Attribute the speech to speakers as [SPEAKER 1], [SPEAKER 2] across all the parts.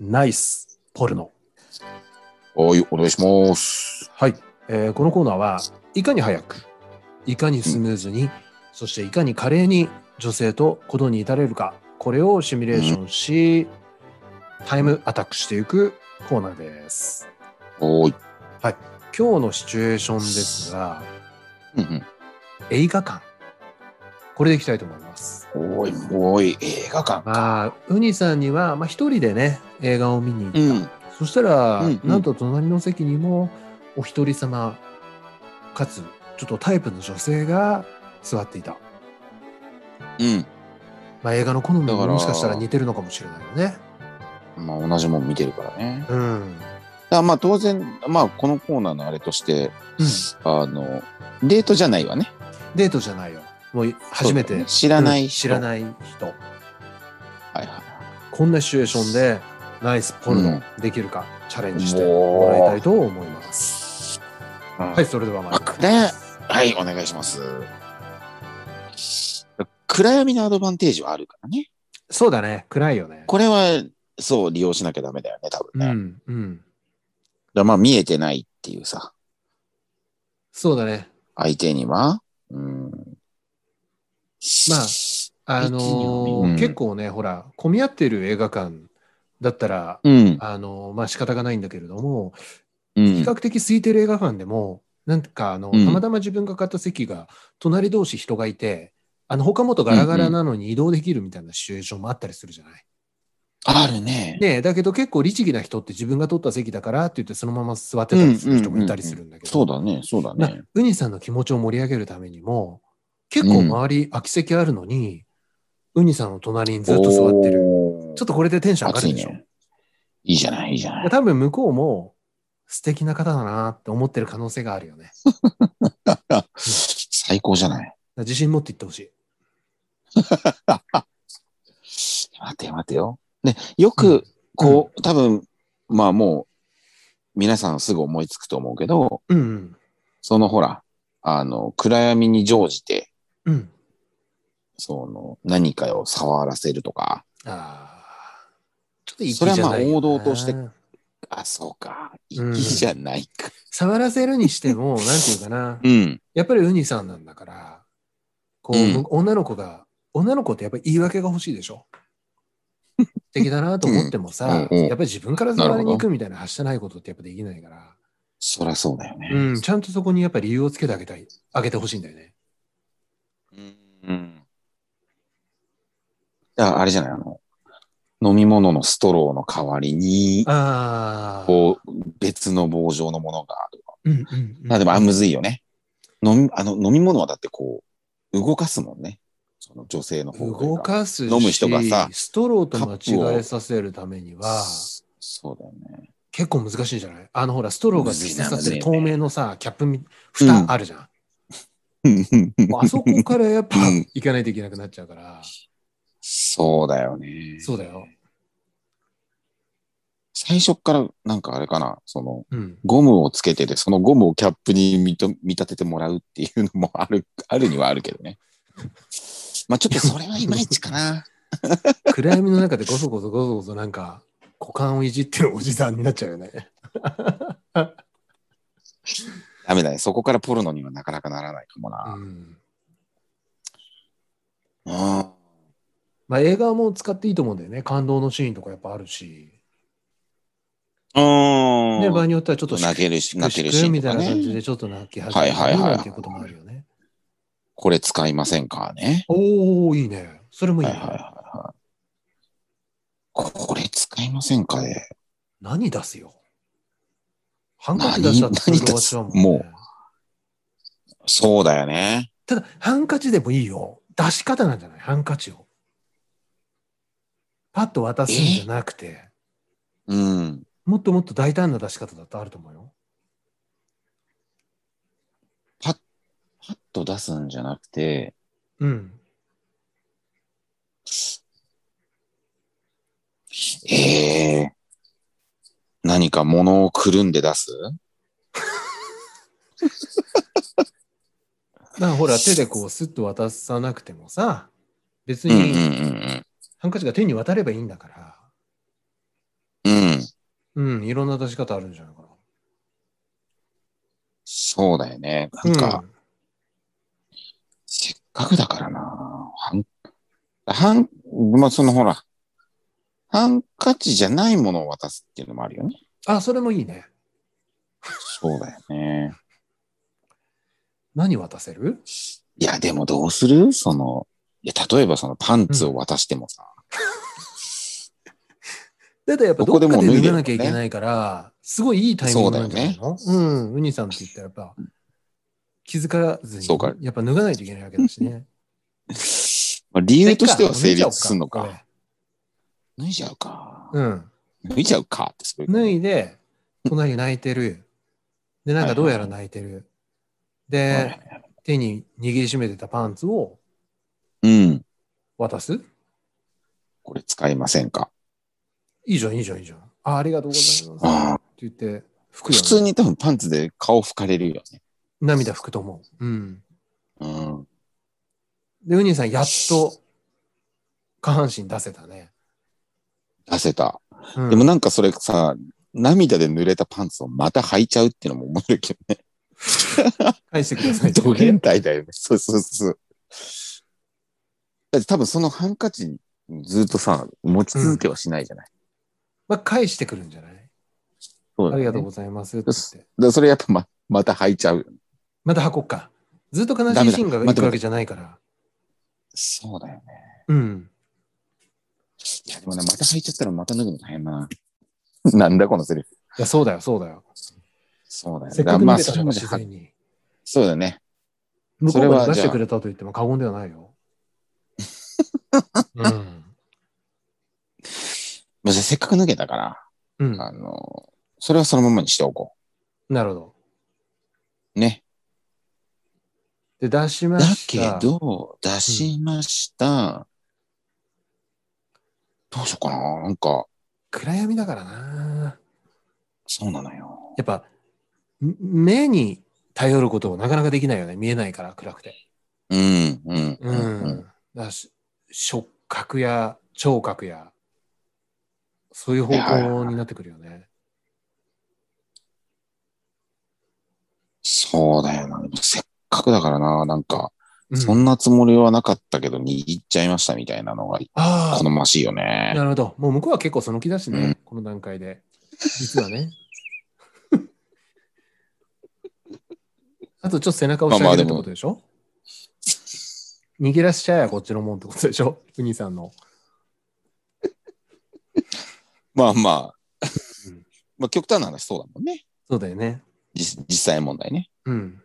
[SPEAKER 1] ナイスポルノ。
[SPEAKER 2] はい、お願いします。
[SPEAKER 1] はい、えーこのコーナーはいかに早くいかにスムーズに、そしていかに華麗に女性と子供に至れるかこれをシミュレーションし、タイムアタックしていくコーナーです
[SPEAKER 2] はい。
[SPEAKER 1] 今日のシチュエーションですが
[SPEAKER 2] うん
[SPEAKER 1] 映画館これでいきたいと思います
[SPEAKER 2] うん。おい、おい、映画館。
[SPEAKER 1] まあウニさんには、まあ、一人でね映画を見に行って、
[SPEAKER 2] うん。
[SPEAKER 1] そしたら、
[SPEAKER 2] うんうん
[SPEAKER 1] なんと隣の席にもお一人様かつちょっとタイプの女性が座っていた
[SPEAKER 2] う
[SPEAKER 1] まあ、映画の好み
[SPEAKER 2] だ
[SPEAKER 1] も
[SPEAKER 2] から
[SPEAKER 1] もしかしたら似てるのかもしれないよね。
[SPEAKER 2] ん。まあ、同じもん見てるからね。だか
[SPEAKER 1] うん。
[SPEAKER 2] らまあ、当然、まあ、このコーナーのあれとして、あの、デートじゃないわね。
[SPEAKER 1] デートじゃないよ。もう初めて、
[SPEAKER 2] そうだね知らない人。
[SPEAKER 1] 知ら
[SPEAKER 2] い。
[SPEAKER 1] ない人。
[SPEAKER 2] はいは
[SPEAKER 1] こんなシチュエーションでナイスポル
[SPEAKER 2] う
[SPEAKER 1] ノ
[SPEAKER 2] ん
[SPEAKER 1] できるか、チャレンジしてもらいたいと思います。
[SPEAKER 2] い。うん
[SPEAKER 1] はい、それでは参ります。
[SPEAKER 2] ねはい、お願いします。暗闇のアドバンテージはあるからね。
[SPEAKER 1] そうだね。暗いよね。
[SPEAKER 2] これは、そう、利用しなきゃダメだよね、多分
[SPEAKER 1] う
[SPEAKER 2] ね。だか
[SPEAKER 1] ん、うん。
[SPEAKER 2] らまあ、見えてないっていうさ、
[SPEAKER 1] そうだね。
[SPEAKER 2] 相手には。うん。
[SPEAKER 1] まああのー
[SPEAKER 2] うん
[SPEAKER 1] 結構ね、ほら、混み合ってる映画館だったら、
[SPEAKER 2] うん。
[SPEAKER 1] あのーまあ仕方がないんだけれども、
[SPEAKER 2] う
[SPEAKER 1] 比
[SPEAKER 2] ん。
[SPEAKER 1] 較的空いてる映画館でも、なんかあの、
[SPEAKER 2] うん
[SPEAKER 1] たまたま自分が買った席が、隣同士人がいて、あの、他もとガラガラなのに移動できるみたいなシチュエーションもあったりするじゃない。
[SPEAKER 2] あるね。
[SPEAKER 1] ねえだけど結構律儀な人って自分が取った席だからって言ってそのまま座ってたりする人もいたりするんだけど、
[SPEAKER 2] そうだね、そうだね。
[SPEAKER 1] ウニさんの気持ちを盛り上げるためにも、結構周り空き席あるのに、ウニさんの隣にずっと座ってる。
[SPEAKER 2] る
[SPEAKER 1] ちょっとこれでテンション上が
[SPEAKER 2] 暑
[SPEAKER 1] る
[SPEAKER 2] い
[SPEAKER 1] でしょ。
[SPEAKER 2] ね。いいじゃない、いいじゃない。
[SPEAKER 1] 多分向こうも素敵な方だなって思ってる可能性があるよね。
[SPEAKER 2] 最高じゃない。
[SPEAKER 1] 自信持って言ってほしい。
[SPEAKER 2] 待てよ待てよ。ね、よく、こう、多分、まあもう、皆さんすぐ思いつくと思うけど、
[SPEAKER 1] うんうん。
[SPEAKER 2] そのほら、あの、暗闇に乗じて、
[SPEAKER 1] うん。
[SPEAKER 2] その、何かを触らせるとか、
[SPEAKER 1] ああ。ちょっとい
[SPEAKER 2] それはまあ王道としてあ、そうか、い
[SPEAKER 1] うん
[SPEAKER 2] いじゃないか。
[SPEAKER 1] 触らせるにしても、なんていうかな。
[SPEAKER 2] うん。
[SPEAKER 1] やっぱりウニさんなんだから、こう、
[SPEAKER 2] うん
[SPEAKER 1] 女の子が、女の子ってやっぱり言い訳が欲しいでしょ。素敵だなと思ってもさ、
[SPEAKER 2] うんうんうん
[SPEAKER 1] やっぱり自分から触りに行くみたいな、はしたないことってやっぱできないから、
[SPEAKER 2] そりゃそうだよ
[SPEAKER 1] う
[SPEAKER 2] ね。
[SPEAKER 1] ん、ちゃんとそこにやっぱり理由をつけてあげたい、あげてほしいんだよね。
[SPEAKER 2] うん。だからあれじゃない、あの、飲み物のストローの代わりに、
[SPEAKER 1] ああ。
[SPEAKER 2] こう、別の棒状のものがある。
[SPEAKER 1] うんうんうん
[SPEAKER 2] まあでも、あ、むずいよね。飲み、あの、飲み物はだってこう、動かすもんね。その女性の方という
[SPEAKER 1] 動かすし
[SPEAKER 2] 飲む人がさ
[SPEAKER 1] ストローと間違えさせるためには
[SPEAKER 2] そうだよね。
[SPEAKER 1] 結構難しいんじゃないあのほらストローが突き刺さってる
[SPEAKER 2] 難しいな
[SPEAKER 1] 透明のさキャップみ蓋あるじゃん、もうあそこからやっぱ
[SPEAKER 2] うん
[SPEAKER 1] 行かないといけなくなっちゃうから、
[SPEAKER 2] そうだよね。
[SPEAKER 1] そうだよ。
[SPEAKER 2] 最初っから、なんかあれかな、その、
[SPEAKER 1] うん、
[SPEAKER 2] ゴムをつけてて、そのゴムをキャップに見と見立ててもらうっていうのもある、 あるにはあるけどね。まあちょっとそれはいまいち かな。
[SPEAKER 1] 暗闇の中でゴソゴソゴソゴソなんか股間をいじってるおじさんになっちゃうよね
[SPEAKER 2] ダメだね。そこからポルノにはなかなかならないかも
[SPEAKER 1] う
[SPEAKER 2] な。
[SPEAKER 1] ん
[SPEAKER 2] うん。
[SPEAKER 1] まあ映画も使っていいと思うんだよね感動のシーンとかやっぱあるし、ね、場合
[SPEAKER 2] うん。
[SPEAKER 1] によってはちょっと
[SPEAKER 2] 泣けるし、泣けるし、
[SPEAKER 1] みたいな感じ
[SPEAKER 2] ね。
[SPEAKER 1] でちょっと泣き始めたりなんていうこともあるよね
[SPEAKER 2] これ使いませんかね。
[SPEAKER 1] おおいいね。それもいい、
[SPEAKER 2] は
[SPEAKER 1] ね
[SPEAKER 2] いはいはいはい。これ使いませんかね。
[SPEAKER 1] 何出すよ。ハンカチ出したってそれで終わっちゃうもん、ね。
[SPEAKER 2] 何出そうだよね。
[SPEAKER 1] ただ、ハンカチでもいいよ。出し方なんじゃないハンカチを。パッと渡すんじゃなくて、
[SPEAKER 2] うん。
[SPEAKER 1] もっともっと大胆な出し方だってあると思うよ。
[SPEAKER 2] パッと出すんじゃなくて、
[SPEAKER 1] うん。
[SPEAKER 2] ええ何か物をくるんで出す
[SPEAKER 1] だからほら、手でこう、スッと渡さなくてもさ、別
[SPEAKER 2] うんうん
[SPEAKER 1] にハンカチが手に渡ればいいんだから、
[SPEAKER 2] うんうん。
[SPEAKER 1] うん、いろんな出し方あるんじゃないか
[SPEAKER 2] そうだよね。な
[SPEAKER 1] な。
[SPEAKER 2] んか、せっかくだからな。ハン、ハン、まあ、そのほら、ハンカチじゃないものを渡すっていうのもあるよね。
[SPEAKER 1] うん、あ、それもいいね。
[SPEAKER 2] そうだよね。
[SPEAKER 1] 何渡せる
[SPEAKER 2] いや、でもどうするその、いや、例えばそのパンツを渡してもさ、
[SPEAKER 1] だってやっぱど
[SPEAKER 2] ここ
[SPEAKER 1] っ
[SPEAKER 2] で
[SPEAKER 1] か
[SPEAKER 2] もう
[SPEAKER 1] で
[SPEAKER 2] 脱いでる
[SPEAKER 1] 脱がなきゃいけないから、すごいいいタイミングなんじゃないのう,、ん、ウニさんって言ったらやっぱ気づかずに
[SPEAKER 2] そうか、
[SPEAKER 1] やっぱ脱がないといけないわけだしね。
[SPEAKER 2] まあ、理由としては成立するの
[SPEAKER 1] せっ
[SPEAKER 2] か。
[SPEAKER 1] か
[SPEAKER 2] 脱いじゃうか。
[SPEAKER 1] く脱いじゃおうか。
[SPEAKER 2] 脱いじゃうかってすごい。
[SPEAKER 1] うん。脱いで、隣泣いてる。で、なんかどうやら泣いてる。
[SPEAKER 2] は
[SPEAKER 1] で、
[SPEAKER 2] い
[SPEAKER 1] 手に握りしめてたパンツを
[SPEAKER 2] うん。
[SPEAKER 1] 渡す
[SPEAKER 2] これ使いませんか。
[SPEAKER 1] いいじゃん、いいじゃん、いいじゃん。あありがとうございます。って
[SPEAKER 2] ああ
[SPEAKER 1] 言って、拭く
[SPEAKER 2] 普
[SPEAKER 1] よ、ね。
[SPEAKER 2] 通に多分パンツで顔拭かれるよね。
[SPEAKER 1] 涙拭くと思う。うん。
[SPEAKER 2] うん。
[SPEAKER 1] で、ウニさん、やっと、下半身出せたね。
[SPEAKER 2] 出せた。
[SPEAKER 1] うん
[SPEAKER 2] でもなんかそれさ、涙で濡れたパンツをまた履いちゃうっていうのも思えるけどね。
[SPEAKER 1] 返してくださ い。
[SPEAKER 2] ド変態だよね。そうそうそう。だって多分そのハンカチずっとさ、持ち続けはしないじゃない。
[SPEAKER 1] まあ、返してくるんじゃない、
[SPEAKER 2] そうだ
[SPEAKER 1] あ
[SPEAKER 2] ね
[SPEAKER 1] りがとうございますって言って。
[SPEAKER 2] だからそれやっぱままた履いちゃうよね。
[SPEAKER 1] また箱か。ずっと悲
[SPEAKER 2] ダ
[SPEAKER 1] しい
[SPEAKER 2] メだ
[SPEAKER 1] シーンが
[SPEAKER 2] 待
[SPEAKER 1] い
[SPEAKER 2] って
[SPEAKER 1] くわけじゃないから。
[SPEAKER 2] そうだよね。
[SPEAKER 1] うん。
[SPEAKER 2] いやでもね、また履いちゃったらまた脱ぐの大変だな。なんだこのセリフ。
[SPEAKER 1] いや、そうだよ、そうだよ。
[SPEAKER 2] そうだよね。
[SPEAKER 1] せっかく見
[SPEAKER 2] まあ
[SPEAKER 1] て
[SPEAKER 2] そ
[SPEAKER 1] た
[SPEAKER 2] れ
[SPEAKER 1] ら
[SPEAKER 2] もね
[SPEAKER 1] 自然に。
[SPEAKER 2] そうだね。
[SPEAKER 1] 向
[SPEAKER 2] そ
[SPEAKER 1] こう
[SPEAKER 2] れは
[SPEAKER 1] が出してくれたと言っても過言ではない よ。うん。
[SPEAKER 2] まあ、じゃあせっかく脱げたから、
[SPEAKER 1] うん。
[SPEAKER 2] あの、それはそのままにしておこ
[SPEAKER 1] なるほど。
[SPEAKER 2] う。ね。
[SPEAKER 1] で、出しま
[SPEAKER 2] だ
[SPEAKER 1] し
[SPEAKER 2] け
[SPEAKER 1] た。
[SPEAKER 2] ど、出しました。どうしようかな。なんか、
[SPEAKER 1] 暗闇だからな。
[SPEAKER 2] そうなのよ。
[SPEAKER 1] やっぱ、ん目に頼ることをなかなかできないよね。見えないから、暗くて。
[SPEAKER 2] うん、うん、
[SPEAKER 1] う。ん。だし触覚や聴覚や、そういう方向になってくるよね。
[SPEAKER 2] そうだよな。せっかくだからな。なんか、
[SPEAKER 1] うん
[SPEAKER 2] そんなつもりはなかったけど、握っちゃいましたみたいなのが
[SPEAKER 1] あ
[SPEAKER 2] 好ましいよね
[SPEAKER 1] あ、。なるほど。もう向こうは結構その気だしね、
[SPEAKER 2] うん
[SPEAKER 1] この段階で。実はね。 あとちょっと背中を押してあげるってことでしょ、逃げ出しちゃえやこっちのもんってことでしょウニさんの。
[SPEAKER 2] まあまあ
[SPEAKER 1] うん、
[SPEAKER 2] まあ極端な話そうだもんね。
[SPEAKER 1] そうだよね。
[SPEAKER 2] じ実際問題ね。
[SPEAKER 1] うん。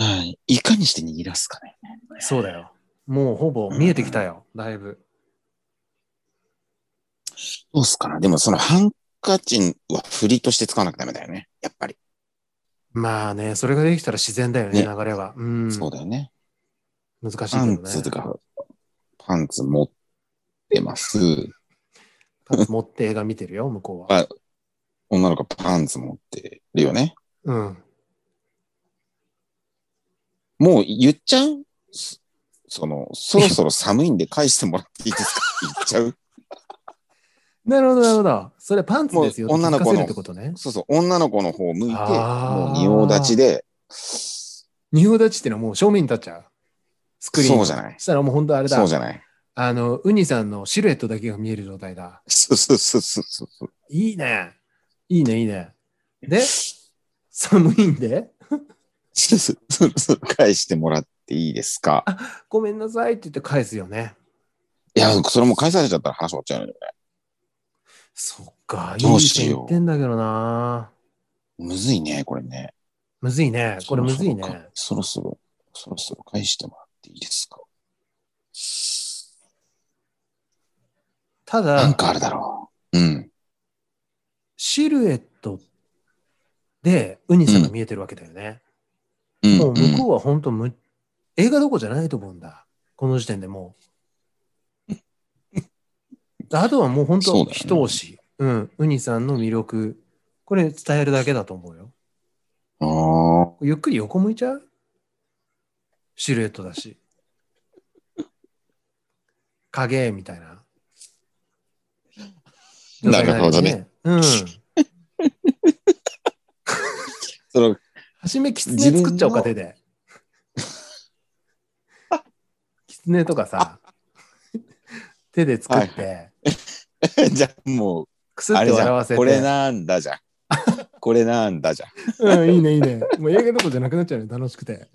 [SPEAKER 2] はい。いかにして握らすかね。
[SPEAKER 1] そうだよ。もうほぼ見えてきたよ。だいぶ。
[SPEAKER 2] どうすかな。でもそのハンカチは振りとして使わなきゃダメだよね。やっぱり。
[SPEAKER 1] まあね、それができたら自然だよね、
[SPEAKER 2] ね
[SPEAKER 1] 流れは。うん。
[SPEAKER 2] そうだよね。
[SPEAKER 1] 難しいけど
[SPEAKER 2] パ
[SPEAKER 1] ね
[SPEAKER 2] ン。ツが、パンツ持ってます。
[SPEAKER 1] パンツ持って映画見てるよ、向こうは。
[SPEAKER 2] あ女の子パンツ持ってるよね。
[SPEAKER 1] うん。
[SPEAKER 2] もう言っちゃうそその、そろそろ寒いんで返してもらっていいです か言っちゃう
[SPEAKER 1] なるほど、なるほど。それパンツですよ。
[SPEAKER 2] もう女の
[SPEAKER 1] 気
[SPEAKER 2] 子の
[SPEAKER 1] づかせるってことね。
[SPEAKER 2] そうそう、女の子の方向いて、
[SPEAKER 1] あー
[SPEAKER 2] もう仁王立ちで、
[SPEAKER 1] 仁王立ちっていうのはもう正面に立っちゃう。スクリーンの。
[SPEAKER 2] そうじゃない
[SPEAKER 1] したらもう本当あれだ。
[SPEAKER 2] そうじゃない。
[SPEAKER 1] あの、ウニさんのシルエットだけが見える状態だ。
[SPEAKER 2] そうそうそうそうそう。
[SPEAKER 1] いいね。いいね、いいね。で、寒いんで、
[SPEAKER 2] そうそうそうそう返してもらっていいですか
[SPEAKER 1] ごめんなさいって言って返すよね。
[SPEAKER 2] いや、それもう返されちゃったら話終わっちゃうよね。
[SPEAKER 1] そっか、い
[SPEAKER 2] ど
[SPEAKER 1] いう
[SPEAKER 2] し
[SPEAKER 1] 線
[SPEAKER 2] よ
[SPEAKER 1] 言
[SPEAKER 2] う
[SPEAKER 1] ってんだけどな。
[SPEAKER 2] むずいね、これね。
[SPEAKER 1] むずいね。これむずいね。
[SPEAKER 2] そろそろ、そろそろ返してもらっていいですか
[SPEAKER 1] ただ、
[SPEAKER 2] なんかあるだろう。うん。
[SPEAKER 1] シルエットでウニさんが見えてるわけだよね。
[SPEAKER 2] うん、
[SPEAKER 1] もう向
[SPEAKER 2] う
[SPEAKER 1] こ
[SPEAKER 2] ん
[SPEAKER 1] うは本当む、映画どころじゃないと思うんだ。この時点でもう。あとはもう本
[SPEAKER 2] そ
[SPEAKER 1] 当、
[SPEAKER 2] うだよね
[SPEAKER 1] 一押し。うん。ウニさんの魅力。これ伝えるだけだと思うよ。
[SPEAKER 2] あー
[SPEAKER 1] ゆっくり横向いちゃうシルエットだし。影みたいな。
[SPEAKER 2] なるほどね。
[SPEAKER 1] うん。
[SPEAKER 2] その、
[SPEAKER 1] 初め、キツネ作っちゃおうか、手
[SPEAKER 2] 自
[SPEAKER 1] で。キツネとかさ、手で作って、
[SPEAKER 2] じゃあもう、
[SPEAKER 1] くすっ
[SPEAKER 2] あ
[SPEAKER 1] て
[SPEAKER 2] れじ
[SPEAKER 1] 笑
[SPEAKER 2] ゃ
[SPEAKER 1] わ
[SPEAKER 2] ん。
[SPEAKER 1] せて。
[SPEAKER 2] これなん だじゃん。これなんだじゃん。
[SPEAKER 1] うん、いいね、いいね。もう映画どころじゃなくなっちゃうね、楽しくて。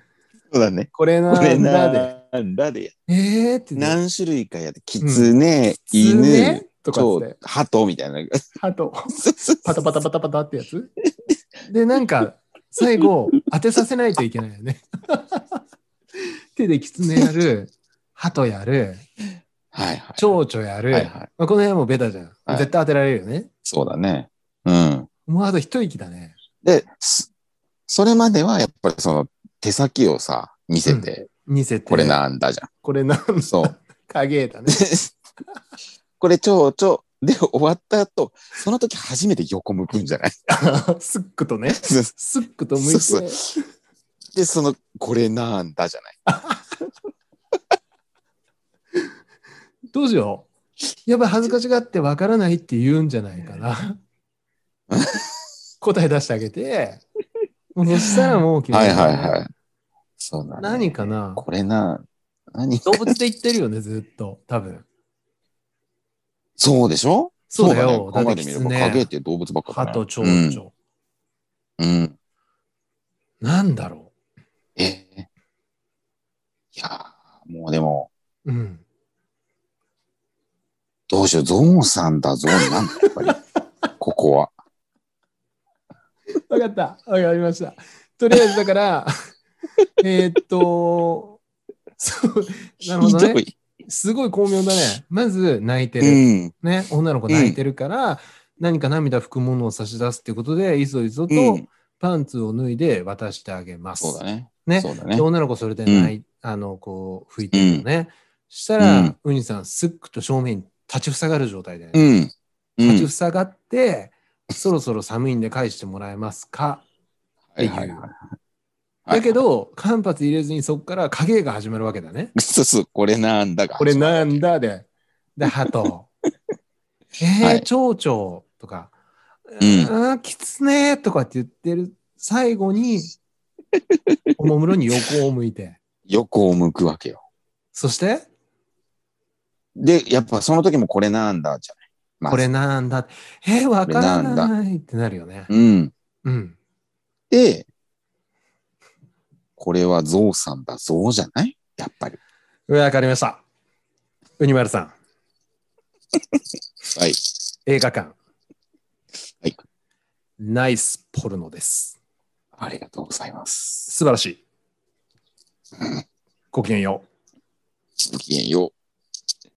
[SPEAKER 2] そうだね。
[SPEAKER 1] これな
[SPEAKER 2] これ
[SPEAKER 1] んだで。
[SPEAKER 2] なんだで。
[SPEAKER 1] えーってね。
[SPEAKER 2] 何種類かやって、キツネ、
[SPEAKER 1] キツ
[SPEAKER 2] 犬
[SPEAKER 1] ネ、とかっ
[SPEAKER 2] そ
[SPEAKER 1] つって
[SPEAKER 2] う、。ハトみたいな。
[SPEAKER 1] ハト。パタパタパタパタってやつで、なんか、最後、当てさせないといけないよね。 手で狐やる、鳩やる、
[SPEAKER 2] はいはい。
[SPEAKER 1] 蝶々やる、
[SPEAKER 2] はいはい。
[SPEAKER 1] まあ、この辺もベタじゃん。
[SPEAKER 2] はい
[SPEAKER 1] 絶対当てられるよね。
[SPEAKER 2] そうだね。うん。
[SPEAKER 1] もうあと一息だね。
[SPEAKER 2] で、すそれまではやっぱりその手先をさ、見せて、
[SPEAKER 1] 見せて。
[SPEAKER 2] これ。なんだじゃん。
[SPEAKER 1] これなん だ。
[SPEAKER 2] そう。
[SPEAKER 1] 影絵だね。
[SPEAKER 2] これちょうちょで終わった後、その時初めて横向くんじゃない
[SPEAKER 1] スックとね。
[SPEAKER 2] そう
[SPEAKER 1] スックと向いて。
[SPEAKER 2] そう で、その、これなんだじゃない
[SPEAKER 1] どうしよう。やっぱ恥ずかしがってわからないって言うんじゃないか な。答え出してあげて、もうそしたらもう決め
[SPEAKER 2] は
[SPEAKER 1] る
[SPEAKER 2] いはいはい。そうだね。
[SPEAKER 1] 何かな
[SPEAKER 2] これな、何
[SPEAKER 1] 動物で言ってるよね、ずっと。多分。
[SPEAKER 2] そうでしょ
[SPEAKER 1] そうだよ
[SPEAKER 2] ね考えてみれ
[SPEAKER 1] だっ
[SPEAKER 2] ば、
[SPEAKER 1] て狐
[SPEAKER 2] 影って動物ばっかだ
[SPEAKER 1] 歯
[SPEAKER 2] ね
[SPEAKER 1] と蝶
[SPEAKER 2] う
[SPEAKER 1] 々、
[SPEAKER 2] ん。うん。
[SPEAKER 1] なんだろ
[SPEAKER 2] えーいやーもうでも、
[SPEAKER 1] う。うん。
[SPEAKER 2] どうしよう、ゾウさんだ、ゾウになんだ、やっぱり。 ここは。
[SPEAKER 1] わかった。わかりました。とりあえずだから、 えーっと、そう、なるほどね
[SPEAKER 2] ひどい。
[SPEAKER 1] すごい巧妙だね。まず泣いてる。
[SPEAKER 2] うん。
[SPEAKER 1] ね、女の子泣いてるから、何か涙拭くものを差し出すってことで、いそいそと
[SPEAKER 2] うん
[SPEAKER 1] パンツを脱いで渡してあげます。
[SPEAKER 2] そうだね。
[SPEAKER 1] ね
[SPEAKER 2] そうだ
[SPEAKER 1] で
[SPEAKER 2] ね。
[SPEAKER 1] 女の子それで泣い、あの、こう、拭いてるのね。したら、
[SPEAKER 2] うん
[SPEAKER 1] ウニさん、すっくと正面に立ち塞がる状態で、
[SPEAKER 2] うん。うん
[SPEAKER 1] 立ち塞がって、そろそろ寒いんで返してもらえますかっていう。
[SPEAKER 2] はいはいはい
[SPEAKER 1] だけど、間髪入れずにそこから影が始まるわけだね。
[SPEAKER 2] そうそう、これなんだが。
[SPEAKER 1] これなんだで。で、 鳩。えー、
[SPEAKER 2] はい
[SPEAKER 1] 蝶々とか、
[SPEAKER 2] ん
[SPEAKER 1] あー、きつねとかって言ってる最後 に、おもむろに横を向いて。
[SPEAKER 2] 横を向くわけよ。
[SPEAKER 1] そして、
[SPEAKER 2] で、やっぱその時もこれなんだ、じゃない。まず
[SPEAKER 1] これなんだ。えー、わから
[SPEAKER 2] これな
[SPEAKER 1] ないってなるよね。
[SPEAKER 2] うん。
[SPEAKER 1] うん。
[SPEAKER 2] で、これはゾウさんだ、ゾウじゃないやっぱり。
[SPEAKER 1] わかりました。ウニマルさん、
[SPEAKER 2] はい。
[SPEAKER 1] 映画館。
[SPEAKER 2] はい。
[SPEAKER 1] ナイスポルノです。
[SPEAKER 2] ありがとうございます。
[SPEAKER 1] 素晴らしい。ごきげんよう。
[SPEAKER 2] ごきげんよう。